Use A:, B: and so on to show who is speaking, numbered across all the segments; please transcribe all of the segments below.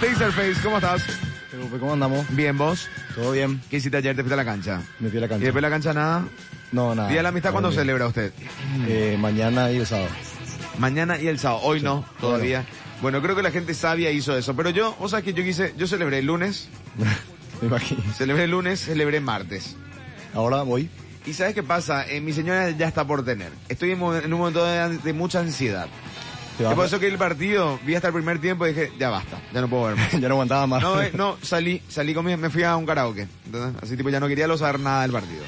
A: Taserface, ¿cómo estás?
B: pues, ¿Cómo andamos?
A: Bien, vos.
B: ¿Todo bien?
A: ¿Qué hiciste ayer? Te fuiste a la cancha. Ah,
B: Me fui a la
A: ¿Y
B: cancha.
A: después de la cancha nada?
B: No, nada.
A: Día de la amistad, ¿cuándo
B: Todo bien.
A: celebra usted?
B: Eh, mañana y el sábado.
A: Mañana y el sábado. Hoy
B: Sí,
A: no, todavía. Bueno, creo que la gente sabia hizo eso. Pero yo, vos sabés que yo quise, yo celebré el lunes,
B: Me imagino.
A: celebré el lunes, celebré martes.
B: Ahora voy.
A: ¿Y sabes qué pasa? Eh, mi señora ya está por tener. Estoy en, mo- en un momento de, de mucha ansiedad.
B: Te
A: Es
B: vas-
A: por eso que el partido, vi hasta el primer tiempo y dije, ya basta, ya no puedo ver más.
B: ya no aguantaba más.
A: No, eh, no, salí, salí con mi- me fui a un karaoke. ¿entendés? Así tipo, ya no quería lo saber nada del partido.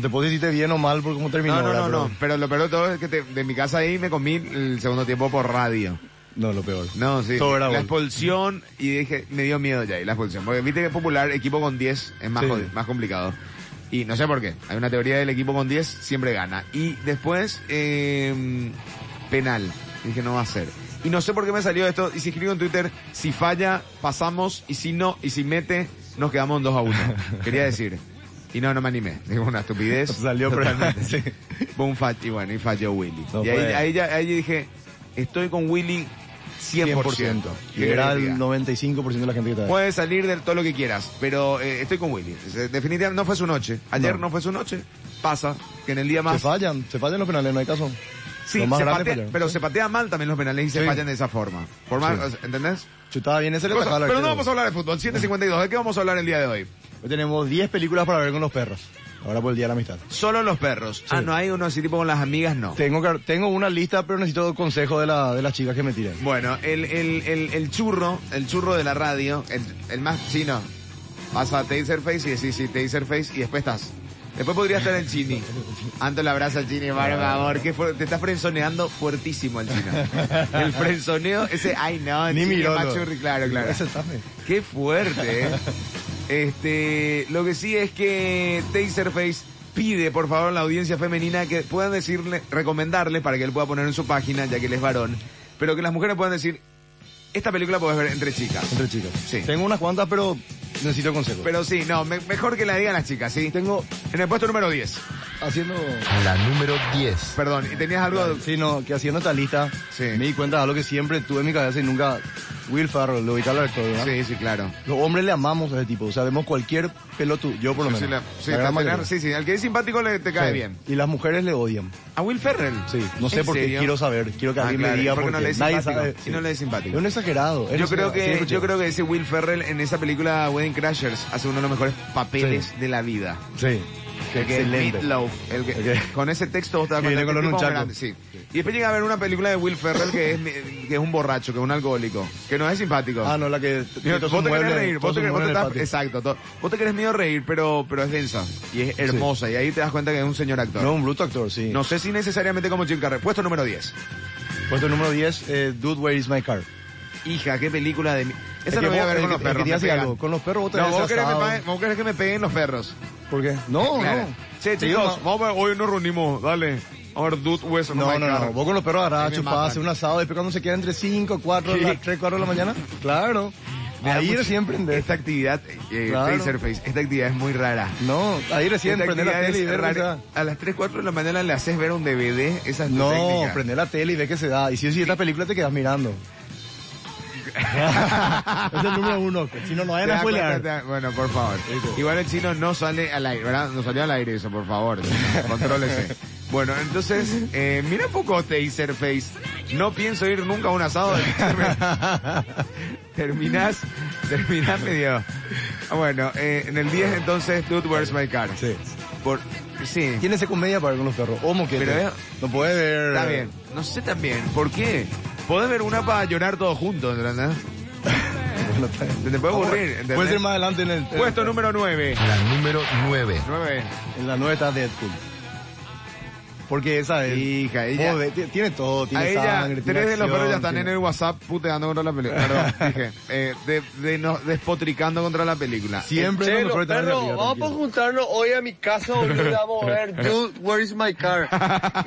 B: Te puedo decirte bien o mal por cómo terminó.
A: No, no,
B: ¿verdad?
A: no, no. Pero lo peor de todo es que te- de mi casa ahí me comí el segundo tiempo por radio.
B: Pero- No, lo peor.
A: No, sí.
B: Todo era
A: la
B: gol.
A: expulsión y dije, me dio miedo ya ahí, la expulsión. Porque viste que es popular, equipo con 10 es más,
B: Sí.
A: jodi- más complicado. Y no sé por qué. Hay una teoría del equipo con 10 siempre gana. Y después, eh, penal. Dije, no va a ser. Y no sé por qué me salió esto. Y si escribo en Twitter, si falla, pasamos. Y si no, y si mete, nos quedamos en 2 a 1. Quería decir. Y no, no me animé. Digo, una estupidez.
B: Salió
A: Totalmente.
B: realmente. Sí.
A: Fue un fallo, y bueno, y falló Willy.
B: No
A: y ahí,
B: puede.
A: ahí ya- ahí dije, estoy con Willy 100%.
B: 100%. Y
A: ¿Qué
B: era
A: querés que
B: el
A: diga?
B: 95% de la gente que estaba ahí.
A: Puedes salir de todo lo que quieras, pero eh, estoy con Willy. Se- Definitivamente no fue su noche. Ayer no,
B: No.
A: fue su noche. Pasa que en el día
B: Se
A: más...
B: fallan, se fallan los penales, no hay caso.
A: sí,
B: Los más
A: se
B: grandes
A: patea-
B: fallaron.
A: pero se patea mal también los penales y se
B: Sí.
A: fallan de esa forma. Por más-
B: Sí.
A: ¿Entendés?
B: Chutaba bien ese le
A: Cosa-
B: atajaba al
A: pero no
B: arquero.
A: vamos a hablar de fútbol. 7.52. ¿De qué vamos a hablar el día de hoy?
B: Hoy tenemos 10 películas para ver con los perros. Ahora por el Día de la Amistad.
A: Solo los perros. Ah, no hay uno así tipo con las amigas, no.
B: Tengo, que- tengo una lista, pero necesito consejos de, la, de las chicas que me tiren.
A: Bueno, el, el, el, el churro, el churro de la radio, el, el más chino. Vas a Taserface y decís sí, Taserface y después estás. Después podría estar el chini. Ando la abraza al chini, por favor. Que fu- te estás frenzoneando fuertísimo al chino. El frenzoneo, ese, ay no,
B: Ni
A: chini,
B: miró, no.
A: machurri, claro, claro.
B: Ese sabe.
A: Qué fuerte, ¿eh? Este, lo que sí es que Taserface pide, por favor, a la audiencia femenina que puedan decirle, recomendarle para que él pueda poner en su página, ya que él es varón, pero que las mujeres puedan decir, esta película puedes ver entre chicas.
B: Entre chicas.
A: Sí.
B: Tengo unas cuantas, pero necesito consejos.
A: Pero sí, no, me- mejor que la digan las chicas, ¿sí?
B: tengo
A: En el puesto número 10.
B: haciendo...
C: La número 10.
A: Perdón, y tenías algo...
B: Sí, no, que haciendo esta lista
A: Sí.
B: me di cuenta de algo que siempre tuve en mi cabeza y nunca... Will Ferrell, lo ubicaba al actor, ¿verdad?
A: Sí, sí, claro.
B: Los hombres le amamos a ese tipo, o sea, vemos cualquier pelotudo, yo por lo
A: Sí,
B: menos.
A: sí, la- sí,
B: La gran
A: tener-
B: mayoría.
A: sí, sí, al que es simpático le te cae
B: Sí.
A: bien.
B: Y las mujeres le odian.
A: A Will Ferrell.
B: Sí, no sé
A: ¿En
B: por qué,
A: serio?
B: quiero saber, quiero que
A: Ah,
B: alguien
A: claro,
B: me diga
A: porque
B: porque,
A: no le es
B: nadie
A: simpático,
B: sabe.
A: si no le es simpático.
B: Es un exagerado. es
A: Yo
B: un
A: creo
B: exagerado, sí,
A: que
B: escuché.
A: yo creo que ese Will Ferrell en esa película Wedding Crashers hace uno de los mejores papeles de la vida.
B: Sí,
A: El que es
B: excelente.
A: Meatloaf, el que-
B: Ok.
A: con ese texto vos te das
B: Que
A: cuenta
B: viene
A: que
B: con
A: el
B: un
A: tipo es
B: chaco.
A: grande, sí. Y después llega a ver una película de Will Ferrell que es que es un borracho, que es un alcohólico, que no es simpático.
B: Ah, no, la que...
A: Mira,
B: que todos
A: vos
B: sus
A: te querés
B: muebles-
A: reír, vos
B: todos
A: te
B: sus
A: querés- vos te
B: muebles
A: estás-
B: en el patio.
A: exacto, to- vos te querés medio reír, pero pero es densa y es hermosa y ahí te das cuenta que es un señor actor.
B: No,
A: No,
B: un bruto actor, sí.
A: sé si necesariamente como Jim Carrey. Puesto número 10.
B: Puesto número 10, eh, Dude, Where is my car?
A: Hija, qué película de mi...
B: Es
A: Esa
B: que
A: la voy a
B: vos-
A: ver
B: es
A: con los
B: que- es que
A: perros.
B: te
A: me
B: hace
A: pegan.
B: algo. Con los perros vos te
A: No,
B: ves
A: vos querés, me
B: asado.
A: paguen- vos querés que me peguen los perros.
B: ¿Por qué? No,
A: Claro.
B: no.
A: Che,
B: Sí,
A: chicos,
B: no.
A: vamos a ver, hoy nos reunimos, dale. A ver, dude, West,
B: No, no, no. Vos con los perros
A: Ahí
B: agarrás,
A: me
B: chupás,
A: matan.
B: haces un asado, después cuando se queda entre 5, 4,
A: Sí.
B: 3, 4 de la mañana. Claro. Ahí recién prender.
A: Esta actividad, eh,
B: Claro.
A: Taserface, esta actividad es muy rara.
B: No, ahí recién
A: Esta
B: prender la
A: actividad
B: tele y
A: es
B: ver
A: rara.
B: qué se da.
A: A las 3, 4 de la mañana le haces ver un DVD, esa es tu
B: No,
A: técnica.
B: prender la tele y ve qué se da. Y si es esta película te quedas mirando. es el número uno. que Si no,
A: Te
B: no vayan a
A: das cuenta,
B: spoilear.
A: te das- Bueno, por favor.
B: Eso.
A: Igual el chino no sale al aire, ¿verdad? No salió al aire eso, por favor. Contrólese. Bueno, entonces, eh, mira un poco Taserface. No pienso ir nunca a un asado. terminás, terminás medio. Ah, Bueno, eh, en el 10 entonces, Dude, Where's My Car?
B: Sí.
A: Por, sí,
B: Tiene esa comedia para ver con los perros. O moquete.
A: Pero es-
B: No puede ver.
A: está bien. No sé también, ¿por qué? Podés ver una para llorar todos juntos, ¿verdad?
B: Bueno, está bien.
A: Se te puede aburrir, ¿entendés?
B: Puede ser más adelante en el. en-
A: Puesto número 9.
C: La número 9.
A: 9.
B: En la nueva está Deadpool. Porque esa es.
A: Hija, ella-
B: Joder, ti- tiene todo, tiene
A: A ella,
B: sangre. tiene
A: tres de los
B: acción,
A: perros ya están en
B: tiene-
A: el WhatsApp puteando contra la película. Perdón, dije. eh, de, de- no- despotricando contra la película. Eh,
B: Siempre
D: Che,
B: es lo mejor
D: los
B: tener
D: perros,
B: arriba,
D: vamos a
B: tranquilo.
D: juntarnos hoy a mi casa, boludo. y Vamos a ver, dude, where is my car?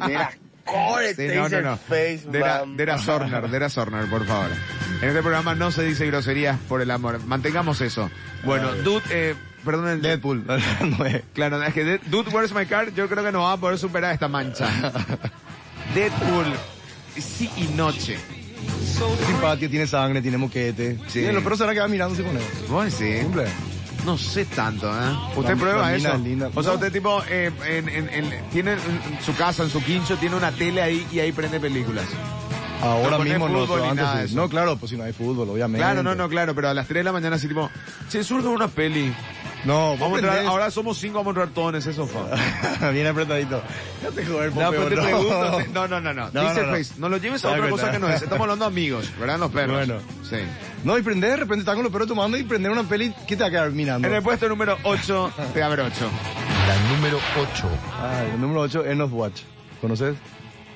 D: Mira, corre,
E: este
A: Sí, no, no, no.
D: face,
A: Dera,
D: man.
A: Dera Sorner, Dera Sorner, por favor. En este programa no se dice groserías por el amor. Mantengamos eso. Bueno, Dude, eh, perdón el
B: Deadpool, la nueve.
A: Claro, es que Dead- Dude, Where's My Car, yo creo que no va a poder superar esta mancha. Deadpool, sí y noche.
B: Simpatía, tiene sangre, tiene moquete.
A: Sí.
B: Tiene los perros se van a quedar mirándose con él.
A: ¿Vos decís?
B: Simple.
A: No sé tanto, ¿eh? ¿Usted
B: La-
A: prueba
B: la mina
A: eso?
B: es linda.
A: O sea,
B: No.
A: usted tipo, eh, en, en- en- tiene en en su casa, en su quincho, tiene una tele ahí y ahí prende películas.
B: Ahora
A: No pone
B: mismo no,
A: fútbol ni
B: pero antes
A: nada de
B: sí.
A: eso.
B: No, claro, pues si no hay fútbol, obviamente.
A: Claro, no, no, claro, pero a las 3 de la mañana así tipo, che, surge una peli.
B: No,
A: Vamos a entrar-
B: entrar
A: ahora somos 5, vamos a entrar todos en ese sofá.
B: ahora. Bien apretadito. No te joder,
A: No,
B: Pompeo,
A: pero te
B: no.
A: pregunto, te- no, no, no, no.
B: No,
A: Dice
B: no, no.
A: Face, no lo lleves a
B: Me da
A: otra
B: cuenta.
A: cosa que no es. Estamos hablando de amigos, ¿verdad? Los perros.
B: Bueno.
A: Sí.
B: No, y prender, de repente estás con los perros tomando y prender una peli, ¿qué te va a quedar mirando?
A: En el puesto número 8, te va a ver 8.
C: La número 8.
B: Ah, el número 8, End of Watch. ¿Conoces?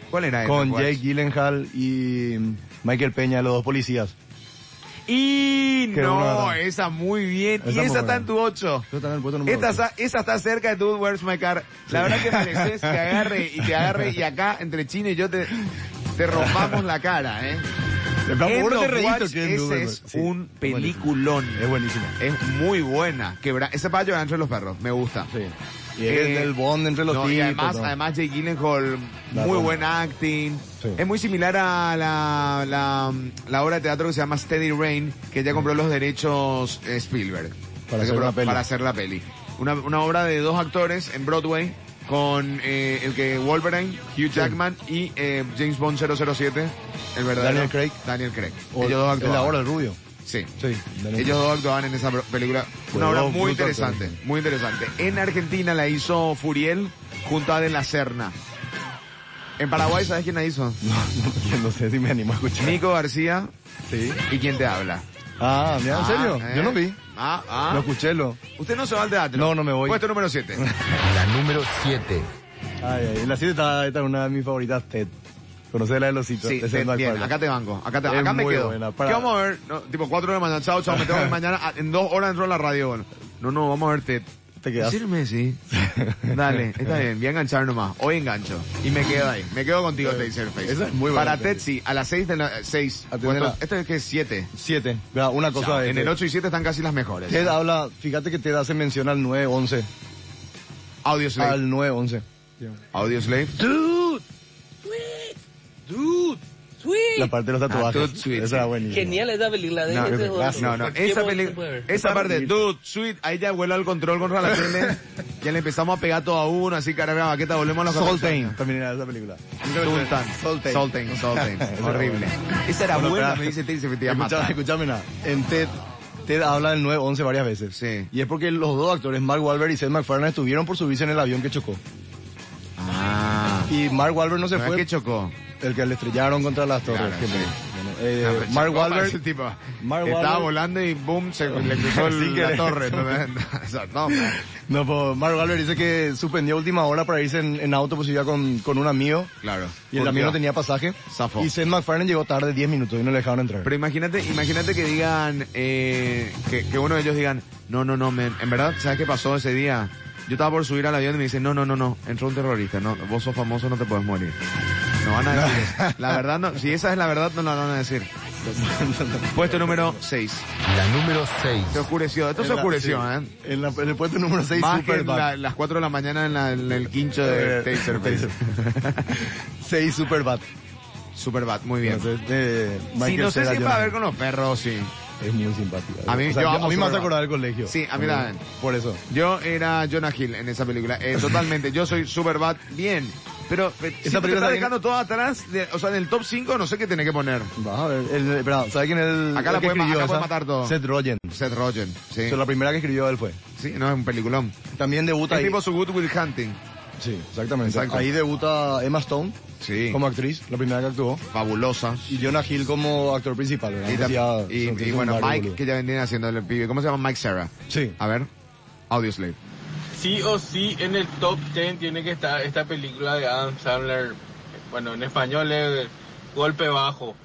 A: ¿Cuál era ese,
B: Con
A: Juan?
B: Jake Gyllenhaal y Michael Peña, los dos policías.
A: Y
B: Qué
A: no,
B: bueno.
A: esa muy bien.
B: Esa
A: y
B: muy
A: esa está
B: buena.
A: en tu 8.
B: Yo también el puesto número
A: Esta,
B: ocho.
A: sa- esa está cerca de tu Where's My Car. La verdad que mereces que agarre y te agarre y acá entre China y yo te, te rompamos la cara, eh.
B: En plan,
A: End
B: vos no te
A: of
B: reíste,
A: Watch,
B: que es
A: ese
B: Nuremberg.
A: es un
B: Sí, es buenísimo.
A: peliculón.
B: Es buenísimo.
A: Es muy buena. Quebra ese payo entre los perros, me gusta.
B: Sí. Y es
A: Eh,
B: el bond entre los
A: No,
B: tipos.
A: y además,
B: ¿no?
A: además Jake Gyllenhaal,
B: La
A: muy
B: bomba.
A: buen acting.
B: Sí.
A: Es muy similar a la, la, la obra de teatro que se llama Steady Rain, que ya compró los derechos eh, Spielberg. Que
B: Para hacer
A: compró-
B: la peli.
A: para hacer la peli. Una, una obra de dos actores en Broadway con eh, el que Wolverine, Hugh Jackman y eh, James Bond 007, el verdadero
B: Daniel Craig.
A: Daniel Craig.
B: O
A: Ellos dos
B: el
A: actuaban.
B: ahora el rubio.
A: Sí.
B: Sí. Daniel
A: Ellos dos actuaban en esa pro- película. Una
B: Pero
A: obra
B: pues, dos
A: muy
B: brutos
A: interesante,
B: actores.
A: muy interesante. En Argentina la hizo Furiel junto a De la Serna. En Paraguay, ¿sabes quién la hizo?
B: No, no, no sé si me animo a escuchar.
A: Nico García
B: Sí.
A: y quién te habla.
B: Ah, mira, ¿en
A: Ah,
B: serio?
A: eh.
B: Yo no vi.
A: Ah, ah.
B: No escuché lo.
A: Usted no se va al teatro.
B: No, no me voy.
A: Puesto número 7.
C: La número 7.
B: Ay, ay, la 7 está, esta es una de mis favoritas, Ted. Conocer la de los sitios.
A: Sí, bien, bien, acá te banco. Acá, te-
B: Es
A: acá me
B: muy
A: quedo.
B: buena, para-
A: ¿Qué vamos a ver? No, tipo 4 de la mañana. Chao, chao, me tengo que ir mañana. Ah, En dos horas entró en la radio. Bueno. No, no, vamos a verte.
B: Te quedas.
A: Sí, Messi. Dale, está bien. Voy a enganchar nomás. Hoy engancho. Y me quedo ahí. Me quedo contigo, Taserface.
B: Esa es muy buena
A: Para
B: peli.
A: Tetsi, a las 6 de la... 6.
B: Atendela.
A: Esto es que es 7.
B: 7. Vea, una cosa de
A: En
B: Ted.
A: el 8 y 7 están casi las mejores.
B: Ted habla, fíjate que Ted hace mención al 911.
A: Audio Slave.
B: Al 911.
A: Audio Slave.
B: La parte de los
A: Ah,
B: tatuajes.
A: Todd Sweet,
B: Esa
A: sí.
B: era buenísima.
F: Genial esa película.
A: No,
F: déjense
B: no,
F: joder.
A: No, no,
F: ¿Qué
A: esa,
F: más
A: peli-
F: se puede ver?
A: esa parte, dude, sweet, ahí ya vuelve al control contra la tele, ya le empezamos a pegar todo a uno, así cara la baqueta, volvemos a los
B: Soltain. También era esa película.
A: Sultan.
B: Soltain.
A: Soltain, Soltain. Horrible. Esa era
B: Bueno,
A: buena,
B: espera.
A: me dice Ted, se te
B: Escuchame,
A: mata.
B: escuchame nada. En TED, TED habla del 911 varias veces.
A: Sí.
B: Y es porque los dos actores, Mark Wahlberg y Seth MacFarlane, estuvieron por subirse en el avión que chocó.
A: Ah,
B: Y Mark Wahlberg no se
A: ¿no es
B: fue.
A: que chocó?
B: El que le estrellaron contra las torres.
A: Claro,
B: que-
A: sí.
B: bueno, eh,
A: Ah, pero
B: Mark
A: chocó, parece
B: Wahlberg.
A: tipo,
B: Mark
A: estaba
B: Wahlberg-
A: volando y boom, se le cruzó el-
B: Así que-
A: la torre. ¿entendés? O sea, no,
B: No, pues, Mark Wahlberg dice que suspendió última hora para irse en, en auto, pues iba con, con un amigo.
A: claro.
B: Y el
A: Porque-
B: amigo no tenía pasaje.
A: Zafó.
B: Y Seth MacFarlane llegó tarde 10 minutos y no le dejaron entrar.
A: Pero imagínate, imagínate que digan, eh, que, que uno de ellos digan, no, no, no, men, en verdad, ¿sabes qué pasó ese día? Yo estaba por subir al avión y me dicen, no, no, no, no, entró un terrorista, no, vos sos famoso, no te puedes morir. No van a decir eso. La verdad, no, si esa es la verdad, no la van a decir. Puesto número 6.
C: La número 6.
A: Se oscureció, esto se
B: En la-
A: oscureció,
B: sí.
A: ¿eh?
B: En, la- en el puesto número 6,
A: Más que en
B: Superbad. Eh,
A: la- las 4 de la mañana en, la- en el quincho de Taserface.
B: 6 Superbad.
A: Superbad, muy bien.
B: Entonces, eh,
A: Si
B: Michael
A: no sé
B: Cera
A: si es
B: yo
A: para
B: no-
A: ver con los perros, sí.
B: Es muy simpática.
A: A mí-
B: O sea,
A: yo
B: yo-
A: amo
B: a mí me hace
A: Superbad.
B: acordar del colegio.
A: Sí, a mí
B: Por-
A: también.
B: Por eso.
A: Yo era Jonah Hill en esa película. Eh, totalmente. Yo soy Superbad. Bien. Pero eh, si
B: Esa
A: te
B: película
A: está
B: también-
A: dejando todo atrás, de- o sea, en el top 5 no sé qué tiene que poner.
B: Vas a ver. El, espera, ¿sabes quién es el,
A: Acá la
B: el que
A: puede ma-
B: escribió
A: acá puede
B: esa?
A: matar todo.
B: Seth Rogen.
A: Seth Rogen. Sí.
B: O sea, la primera que escribió él fue.
A: Sí, no, es un peliculón.
B: También debuta
A: Es
B: ahí.
A: tipo su Good Will Hunting.
B: Sí, exactamente.
A: Exacto.
B: Ahí debuta Emma Stone
A: Sí.
B: como actriz, la primera que actuó.
A: Fabulosa.
B: Y Jonah Hill como actor principal, ¿verdad?
A: Y,
B: Entonces
A: tam-
B: ya
A: y-
B: son-
A: y
B: son
A: bueno,
B: varios,
A: Mike,
B: boludo.
A: que ya vendría haciendo el pibe. ¿Cómo se llama Mike Sarah?
B: Sí.
A: A ver. Audio Slave.
G: sí o sí en el top 10 tiene que estar esta película de Adam Sandler. Bueno, en español es Golpe Bajo,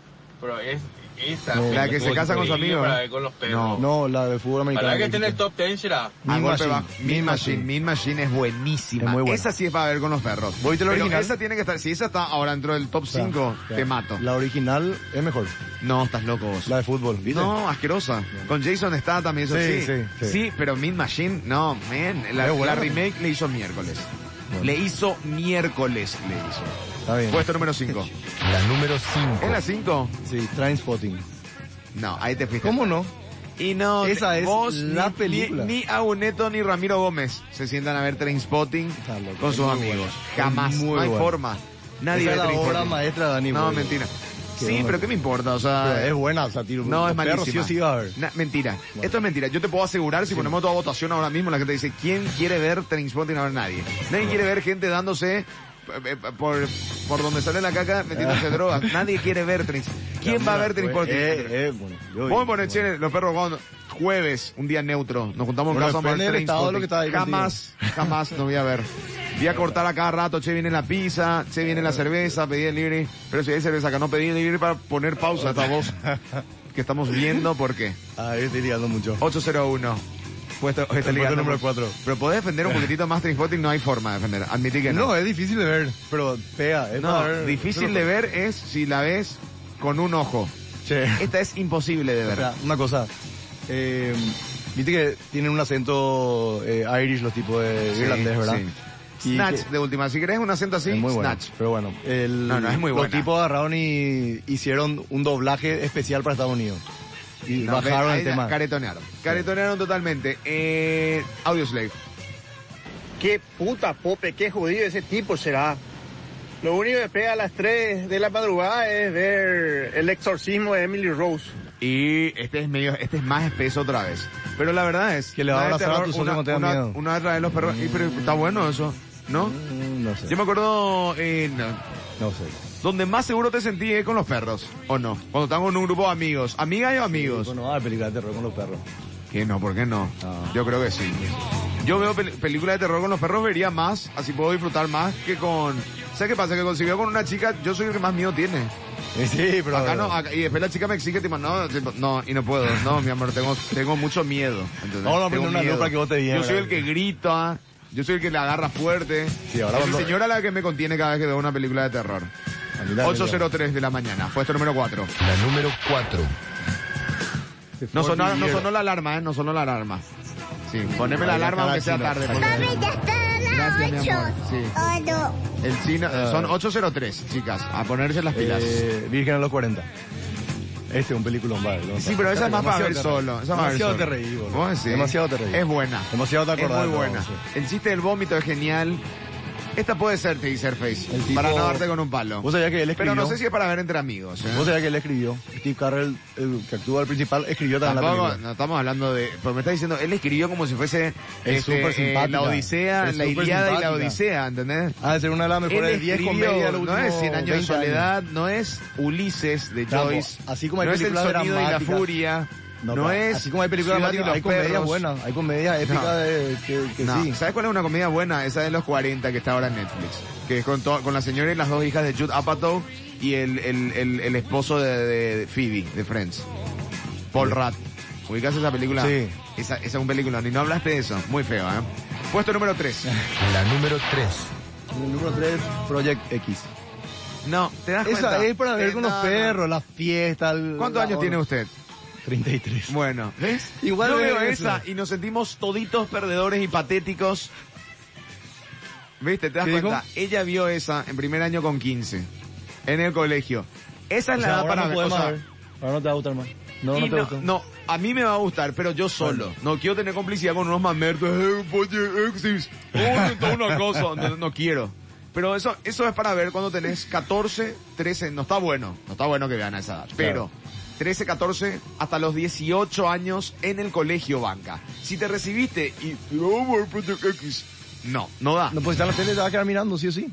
G: pero es esa.
B: No.
A: La que se casa con su amigo,
G: Para
A: ¿eh?
G: ver con los perros. No.
B: No, la de fútbol americano.
G: que esté en el top 10 será.
A: Ah,
B: Mean
A: golpe
B: Machine.
A: bajo. Mean
B: Mean
A: Machine.
B: Machine.
A: Mean Machine es buenísima.
B: Es muy buena.
A: Esa sí es para ver con los perros.
B: Voy y te lo
A: Pero
B: original.
A: esa tiene que estar. Si esa está ahora dentro del top
B: O sea,
A: 5,
B: o sea,
A: te mato.
B: La original es mejor.
A: No, estás loco vos.
B: La de fútbol, ¿viste?
A: No, asquerosa. Con Jason está también eso sí.
B: Sí,
A: Sí,
B: sí,
A: sí,
B: sí.
A: pero Mean Machine, no, man. La,
B: Es buena.
A: la remake le hizo miércoles. Le hizo miércoles, le hizo.
B: Está bien.
A: Puesto número 5.
C: La número 5.
A: ¿Es la 5?
B: Sí, Trainspotting.
A: No, ahí te fuiste.
B: ¿Cómo no?
A: Y no,
B: Esa es
A: vos,
B: la
A: ni-
B: película.
A: Ni, ni Aguneto ni Ramiro Gómez se sientan a ver Trainspotting
B: Está loco,
A: con
B: es
A: sus
B: muy
A: amigos.
B: buena, es
A: Jamás,
B: muy
A: no hay
B: buena.
A: forma. Nadie
B: Esa
A: ve
B: es la
A: Trainspotting.
B: obra maestra de Danny
A: No,
B: Boyle.
A: mentira.
B: Qué
A: sí,
B: onda.
A: pero ¿qué me importa? O
B: Pero
A: sea,
B: es buena, o sea, tiro-
A: no, es
B: los perros
A: malísima.
B: sí o sí va a haber.
A: Na- mentira. Esto es mentira. Yo te puedo asegurar, si ponemos toda votación ahora mismo, la gente dice, ¿quién quiere ver Trainspotting? No habrá nadie. Nadie quiere ver gente dándose eh, eh, por, por donde sale la caca
B: Ah.
A: metiéndose droga. Nadie quiere ver Trainspotting. ¿Quién va a ver Trainspotting?
B: Eh, eh, bueno, yo-
A: Vamos a poner, che, los perros cuando- jueves, un día neutro. Nos juntamos en
B: Bueno,
A: casa a
B: depende
A: poner
B: del estado de lo que está ahí
A: Jamás, jamás no voy a ver. Voy a cortar a cada rato, che, viene la pizza, che, viene la cerveza, pedí el libre. Pero si hay cerveza acá, no pedí el libre para poner pausa a esta voz. Que estamos viendo por qué.
B: Ah, yo estoy ligando mucho.
A: 801. Puesto, está ligando
B: este número
A: por-
B: cuatro.
A: Pero podés defender un poquitito más Trainspotting, no hay forma de defender. Admití que no.
B: No, es difícil de ver, pero pega. es
A: No,
B: para ver-
A: difícil
B: pero-
A: de ver es si la ves con un ojo.
B: Che.
A: Esta es imposible de
B: O
A: ver.
B: sea, una cosa. eh, Viste que tienen un acento eh, irish los tipos de
A: Sí,
B: irlandés, ¿verdad?
A: sí.
B: Y
A: Snatch
B: que-
A: de última. Si querés un acento así,
B: es muy bueno.
A: Snatch.
B: Pero bueno, el-
A: No, no, es muy
B: los
A: buena.
B: tipos agarraron y hicieron un doblaje especial para Estados Unidos. Y
A: No,
B: bajaron
A: ahí
B: el
A: ya
B: tema.
A: Caretonearon. Caretonearon totalmente. Eh, Audioslave.
D: Qué puta pope, qué jodido ese tipo será. Lo único que pega a las 3 de la madrugada es ver el exorcismo de Emily Rose.
A: Y este es medio, este es más espeso otra vez. Pero la verdad es
B: Que le va a
A: una de
B: abrazar a
A: terror,
B: tu socio
A: una,
B: cuando tenga
A: una-
B: miedo.
A: una otra de los perros. Y, pero está bueno eso, ¿no?
B: Mm, No sé.
A: Yo me acuerdo eh, no,
B: No sé.
A: donde más seguro te sentí es con los perros, ¿o no? Cuando estamos en un grupo de amigos, amigas y amigos.
B: Bueno, ah, película de terror con los perros.
A: Que no, ¿por qué no?
B: Ah.
A: Yo creo que sí. Yo veo pel- películas de terror con los perros, vería más, así puedo disfrutar más que con... ¿Sabes qué pasa? Que consiguió con una chica, yo soy el que más miedo tiene.
B: Eh, Sí, pero...
A: Acá no, acá- y después la chica me exige, tipo, no, tipo, no, y no puedo, no, mi amor, tengo, tengo mucho miedo. ¿entendés?
B: Vamos a
A: Tengo
B: poner una
A: miedo.
B: luz para que vos te digas,
A: Yo soy el
B: ¿verdad?
A: que grita, yo soy el que la agarra fuerte.
B: Sí, ahora
A: es mi
B: cuando-
A: señora la que me contiene cada vez que veo una película de terror.
B: A mí la-
A: 8.03 de la mañana, puesto número 4.
C: La número 4.
A: No sonó, no sonó la alarma, ¿eh? No sonó la alarma. Sí, poneme la
B: Ay, la
A: alarma aunque sea
B: cara
A: tarde.
B: china.
A: porque-
F: Papi, ya está
A: Gracias, mi
F: la
A: amor.
F: 8.
A: Sí.
F: Oh, no.
A: El chino, eh, son 803, chicas, a ponerse las pilas.
B: Ah. Eh, Virgen a los 40. Este es un película vale. ¿no?
A: sí, pero esa es más para
B: Demasiado
A: ver
B: te
A: solo. Esa es para ver
B: Demasiado te
A: solo.
B: reí, boludo.
A: ¿Vos decís?
B: Demasiado te reí.
A: Es buena.
B: Demasiado te acordás.
A: Es muy
B: ¿no?
A: buena.
B: Sí.
A: El chiste del vómito es genial. Esta puede ser, te dice Airface,
B: El tipo-
A: para no darte con un palo.
B: Vos sabías que él escribió.
A: Pero no sé si es para ver entre amigos. ¿eh?
B: Vos sabías que él escribió. Steve Carrell, el que actúa el principal, escribió también
A: Tampoco-
B: la película.
A: no estamos hablando de... Pero me está diciendo, él escribió como si fuese este, eh,
B: súper simpática.
A: la Odisea,
B: Es
A: la
B: súper
A: Iliada y la
B: simpática.
A: Odisea, ¿entendés?
B: Ha de ser Ah, una de las
A: Él
B: mejores 10
A: escribió,
B: comedias de los
A: no
B: últimos
A: es 100 años de
B: 20
A: soledad, no es Ulises de
B: Tampoco.
A: Joyce,
B: Así como hay
A: no es el
B: películas
A: sonido y la
B: dramáticas.
A: furia, no,
B: No, pa-
A: es
B: Así como hay películas
A: Ciudad y
B: dramáticas,
A: los
B: hay comedias
A: perros.
B: buenas, hay comedias épicas
A: No.
B: de, que, que
A: No,
B: sí.
A: ¿Sabes cuál es una comedia buena? Esa de los 40 que está ahora en Netflix. Que es con, to- con la señora y las dos hijas de Jude Apatow y el, el, el, el esposo de, de Phoebe, de Friends. Paul Rudd. ¿Ubicas esa película?
B: Sí.
A: Esa, esa es un película. Y no hablaste de eso. Muy feo, ¿eh? Puesto número 3.
C: La número 3.
B: El número 3, Project X.
A: No, te das cuenta.
B: Esa es para ver
A: Eh,
B: con
A: no,
B: los
A: no.
B: perros, las fiestas. el-
A: ¿Cuántos
B: la
A: años
B: hora.
A: tiene usted?
B: 33.
A: Bueno, ¿ves?
B: Igual
A: Yo
B: veo
A: veo
B: eso.
A: esa y nos sentimos toditos perdedores y patéticos. ¿Viste? ¿Te das
B: ¿Qué dijo?
A: cuenta? Ella vio esa en primer año con 15, en el colegio. Esa es la edad
B: ahora
A: para
B: no
A: ver.
B: podés
A: o sea,
B: más ver. Ahora no te va a gustar más. No,
A: y
B: no te
A: no,
B: gusta.
A: no, a mí me va a gustar, pero yo solo. No quiero tener complicidad con unos mamertos. Eh, oye, exis, oye, toda una cosa. No, no quiero. Pero eso, eso es para ver cuando tenés 14, 13. No está bueno. No está bueno que vean a esa edad. Pero 13, 14, hasta los 18 años en el colegio banca. Si te recibiste y... "Oh, Project X", No, no da.
B: No, pues está en la tele, te vas a quedar mirando, sí o sí.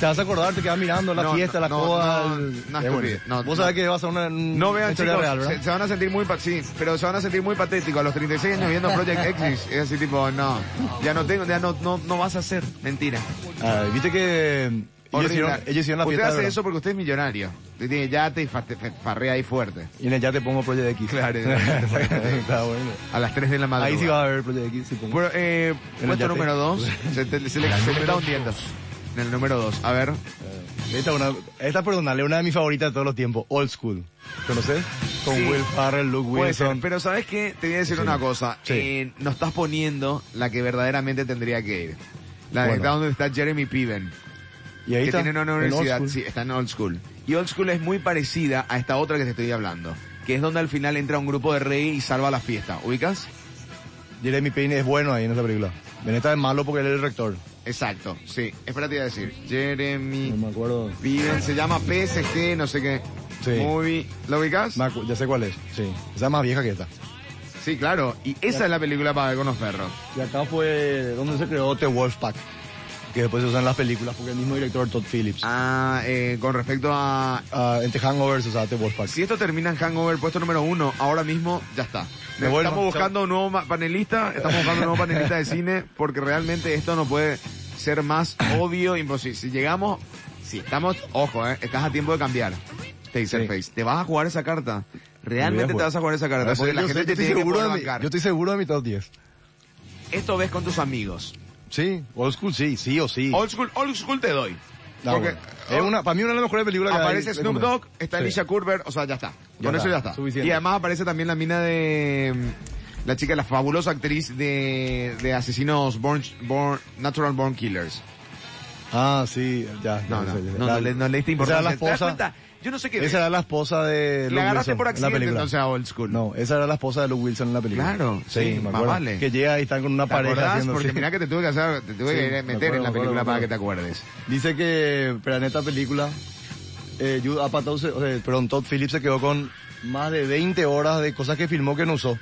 B: Te vas a acordar, te quedas mirando la
A: No,
B: fiesta, la
A: no,
B: joda.
A: no,
B: el-
A: no,
B: Eh, bueno,
A: estupidez, no,
B: Vos
A: no.
B: sabés que vas a una. un-
A: No
B: una
A: vean
B: historia
A: chicos,
B: real, ¿verdad?
A: se, se van a sentir muy pa- sí, pero se van a sentir muy patéticos a los 36 años viendo Project X. Es así tipo, no, ya no tengo, ya no, no, no vas a hacer, mentira.
B: Ah, Viste que. mm, Ellos
A: Horrible.
B: hicieron, ellos hicieron la
A: usted
B: fiesta.
A: hace
B: ¿verdad?
A: eso porque usted es millonario. Usted tiene yate y fa- te- te farrea ahí fuerte.
B: Y en el ya te pongo Project X.
A: Claro.
B: Está bueno.
A: A las 3 de la madrugada.
B: Ahí sí va a haber Project X. sí, pongo.
A: Pero, eh,
B: Pero
A: puesto
B: ya te-
A: número 2, se, te- se le,
C: La
A: se le
C: número
A: está hundiendo. En el número 2, a ver.
B: Esta, es una, esta, perdónale, una de mis favoritas de todos los tiempos, Old School. ¿Conoces? Con
A: Sí.
B: Will Farrell, Luke
A: Puede ser,
B: Wilson.
A: pero ¿sabes qué? Te voy a decir
B: Sí.
A: una cosa.
B: Sí.
A: Eh, nos estás poniendo la que verdaderamente tendría que ir. La de
B: Bueno.
A: está donde está Jeremy Piven.
B: Y ahí
A: que
B: está,
A: tiene una
B: en old
A: universidad,
B: school.
A: sí, está en Old School. Y Old School es muy parecida a esta otra que te estoy hablando, que es donde al final entra un grupo de rey y salva la fiesta. ¿Ubicas?
B: Jeremy Payne es bueno ahí en esa película. Veneta es malo porque él es el rector.
A: Exacto, sí. Espérate a decir. Jeremy
B: No me acuerdo.
A: Piven, se llama PSG, no sé qué.
B: Sí.
A: Movie. ¿La ubicas?
B: Me acu- ya sé cuál es. Sí. Esa es más vieja que esta.
A: Sí, claro. Y esa es la película para ver con los perros.
B: Y acá fue donde se creó The Wolfpack. Que después se usan las películas porque el mismo director Todd Phillips.
A: Ah, eh, con respecto a...
B: Ah, entre Hangovers, o sea, The Wolfpack.
A: Si esto termina en Hangover puesto número uno, ahora mismo ya está.
B: Me vuelvo.
A: Estamos buscando un nuevo ma- panelista, estamos buscando un nuevo panelista de cine, porque realmente esto no puede ser más obvio imposible. Si llegamos, si estamos, ojo, eh, estás a tiempo de cambiar. Taserface, te vas a jugar esa carta. Realmente
B: Me voy
A: te
B: a
A: vas a jugar esa carta, porque la
B: yo,
A: gente
B: sé- yo
A: te
B: estoy
A: tiene que
B: seguro
A: poder
B: de mi,
A: bancar.
B: yo estoy seguro de mi top 10.
A: Esto ves con tus amigos.
B: Sí, Old School sí, sí o sí.
A: Old school, old school te doy.
B: No,
A: porque-
B: bueno. es una, para mí una de las mejores películas que
A: Aparece
B: hay.
A: Snoop Dogg, está
B: Sí.
A: Alicia Curber, o sea, ya está.
B: Ya
A: Con
B: está,
A: eso ya está.
B: suficiente.
A: Y además aparece también la mina de... mm, La chica, la fabulosa actriz de, de asesinos born, born, natural born killers.
B: Ah, sí, ya.
A: No, no,
B: ya sé,
A: no,
B: ya.
A: no,
B: La-
A: le, no le diste
B: Esa era
A: importancia.
B: la
A: ¿Te das
B: esposa,
A: cuenta? Yo no sé qué...
B: esa era la esposa de Luke
A: la agarraste
B: Wilson,
A: por
B: en la
A: accidente
B: película.
A: entonces a Old School.
B: No, esa era la esposa de Luke Wilson en la película.
A: Claro, sí,
B: sí, me
A: más
B: acuerdo.
A: vale.
B: Que llega y están con una
A: ¿Te
B: pareja
A: acordás?
B: haciendo
A: Porque
B: así.
A: mirá que te tuve que hacer, te tuve
B: Sí,
A: que meter
B: me acuerdo,
A: en la
B: me acuerdo,
A: película
B: me
A: para
B: acuerdo.
A: que te acuerdes.
B: Dice que, pero en esta película, eh, Jude Apatow, se- o sea, perdón, Todd Phillips se quedó con más de 20 horas de cosas que filmó que no usó.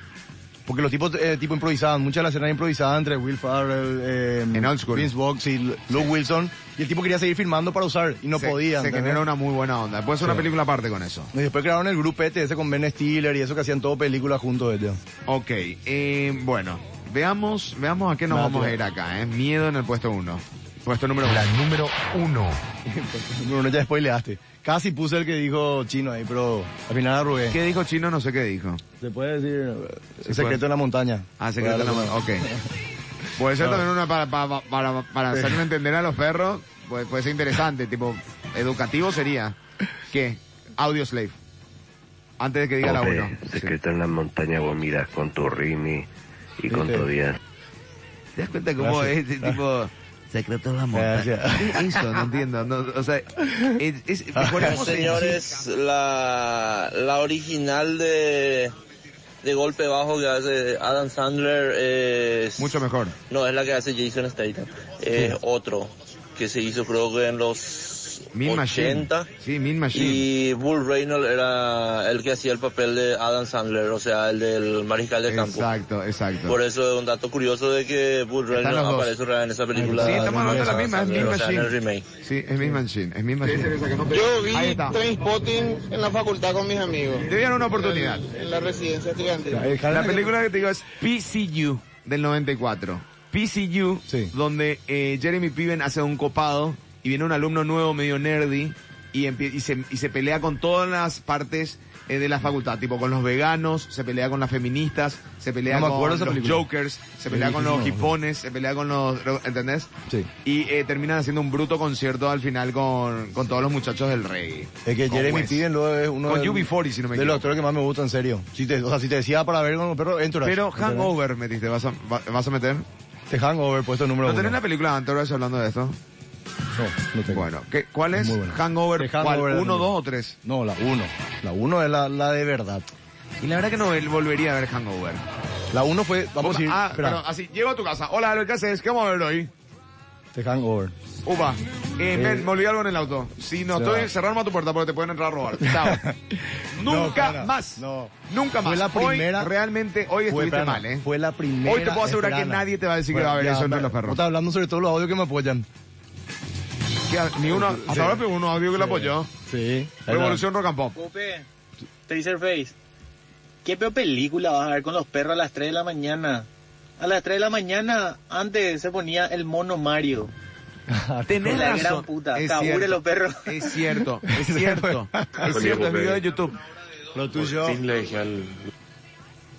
B: Porque los tipos, eh, tipo improvisaban, muchas de las escenas improvisadas entre Will Farrell, eh,
A: En Old School.
B: Vince Vaughn y Luke Wilson, y el tipo quería seguir filmando para usar, y no
A: se,
B: podía.
A: Se
B: ¿entendés?
A: genera una muy buena onda. Puede ser una
B: Sí.
A: película aparte con eso.
B: Y después crearon el grupete ese con Ben Stiller y eso que hacían todo películas juntos ellos.
A: Ok, eh, bueno, veamos, veamos a qué nos
B: Nada,
A: vamos a
B: tío.
A: ir acá, ¿eh? Miedo en el puesto uno. Puesto número uno.
C: La número uno.
B: Bruno, ya spoileaste. Casi puse el que dijo Chino ahí, pero al final arrugué.
A: ¿Qué dijo Chino? No sé qué dijo.
B: Se puede decir eh,
A: Se
B: el secreto
A: puede.
B: en la montaña.
A: Ah, secreto de la mano. Ok. Puede ser
B: No.
A: también una para, para, para, para hacer entender a los perros, pues puede ser interesante, tipo, educativo sería. ¿Qué? Audio Slave. Antes de que diga la
F: Pobre,
A: uno. Sí.
F: Secreto en la montaña, vos mirás con tu Rini y con
B: Viste.
F: tu Díaz.
A: ¿Te das cuenta cómo
B: Gracias.
A: es este tipo? Secreto en la
B: Gracias.
A: ¿Qué es Eso, no entiendo. no, o sea, es, es,
E: Bueno,
A: mejoremos en-
E: señores, la, la original de, de golpe bajo que hace Adam Sandler es...
A: Mucho mejor.
E: No, es la que hace Jason Statham. Es otro que se hizo creo que en los
A: Min Machine.
E: 80.
A: Sí, Min Machine.
E: Y Bull Reynolds era el que hacía el papel de Adam Sandler, o sea, el del mariscal de campo.
A: Exacto, exacto.
E: Por eso es un dato curioso de que Bull
A: Están
E: Reynolds
A: los dos.
E: aparece otra vez en esa película.
A: Sí, estamos hablando de la
E: Adam
A: misma, es
E: Sandler,
A: Min
E: o sea, en
A: Machine.
E: el remake.
A: Sí, es Min Machine, es Min Machine.
H: Yo vi
A: Ahí está.
H: Trainspotting en la facultad con mis amigos.
A: Te dieron una oportunidad.
H: En la residencia estudiantil.
A: La película que te digo es PCU del 94. PCU,
B: Sí.
A: donde eh, Jeremy Piven hace un copado y viene un alumno nuevo medio nerdy y, empie- y, se, y se pelea con todas las partes eh, de la facultad, tipo con los veganos, se pelea con las feministas, se pelea
B: No me
A: con
B: acuerdo
A: los
B: esa película.
A: jokers, se pelea
B: Sí,
A: con
B: sí,
A: los
B: sí, no,
A: hipones, se pelea con los... ¿Entendés?
B: Sí.
A: Y eh, terminan haciendo un bruto concierto al final con, con todos los muchachos del reggae.
B: Es que
A: Con
B: Jeremy
A: Wes.
B: Piven luego es uno
A: Oh, pues. Con
B: del-
A: UB40, si no me
B: de
A: equivoco.
B: los actores que más me gusta, en serio. Si te, o sea, si te decía para ver con los perros, Entourage.
A: Pero
B: ¿Entendés?
A: Hangover metiste, ¿vas a, va- vas a meter?
B: Este Hangover, puesto número
A: ¿No
B: uno.
A: tenés la película de Entourage hablando de esto?
B: No, no tengo.
A: Bueno, ¿qué, ¿cuál es?
B: Muy bueno.
A: Hangover,
B: De
A: ¿cuál?
B: Hangover,
A: ¿Uno,
B: la
A: dos o tres?
B: No, la uno. La uno es la, la de verdad.
A: Y la verdad que no él volvería a ver Hangover.
B: La uno fue, vamos a decir,
A: ah,
B: espera,
A: pero ah. así, llego a tu casa. Hola, ¿qué haces? ¿Qué vamos a ver hoy?
B: este Hangover.
A: Upa. Eh,
B: Eh,
A: men, me olvidé algo en el auto. Si no
B: se
A: estoy,
B: va.
A: cerrarme a tu puerta porque te pueden entrar a robar. Chao.
B: No,
A: Nunca
B: cara,
A: más.
B: no.
A: Nunca más.
B: Fue la primera-
A: Hoy, realmente, hoy
B: Fue,
A: estuviste
B: plana,
A: mal, ¿eh?
B: Fue la primera.
A: Hoy te puedo asegurar que
B: plana.
A: nadie te va a decir que va a haber
B: ya,
A: eso entre los
B: pero-
A: perros.
B: vos estás hablando sobre todo los audios que me apoyan.
A: Que Ni uno, hasta ahora pegó uno audio que lo apoyó.
B: Sí.
A: Revolución Rock and Pop.
I: Pupe, Taserface, ¿qué peor película vas a ver con los perros a las 3 de la mañana? A las 3 de la mañana, antes se ponía el mono Mario.
A: Tenés
I: La
A: razón.
I: gran puta,
A: Es
I: cabure
A: cierto.
I: los perros.
A: Es cierto, es cierto. es cierto, es video de YouTube.
B: Lo tuyo.
G: Por fin le dije al...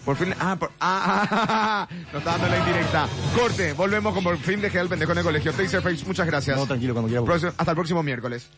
A: Por fin, ah, por, ah, ah, ah, ah, nos está dando la indirecta. Corte, volvemos con por fin dejé al pendejo en el colegio. Taserface, muchas gracias.
B: No, tranquilo, cuando quieras.
A: Próximo- hasta el próximo miércoles.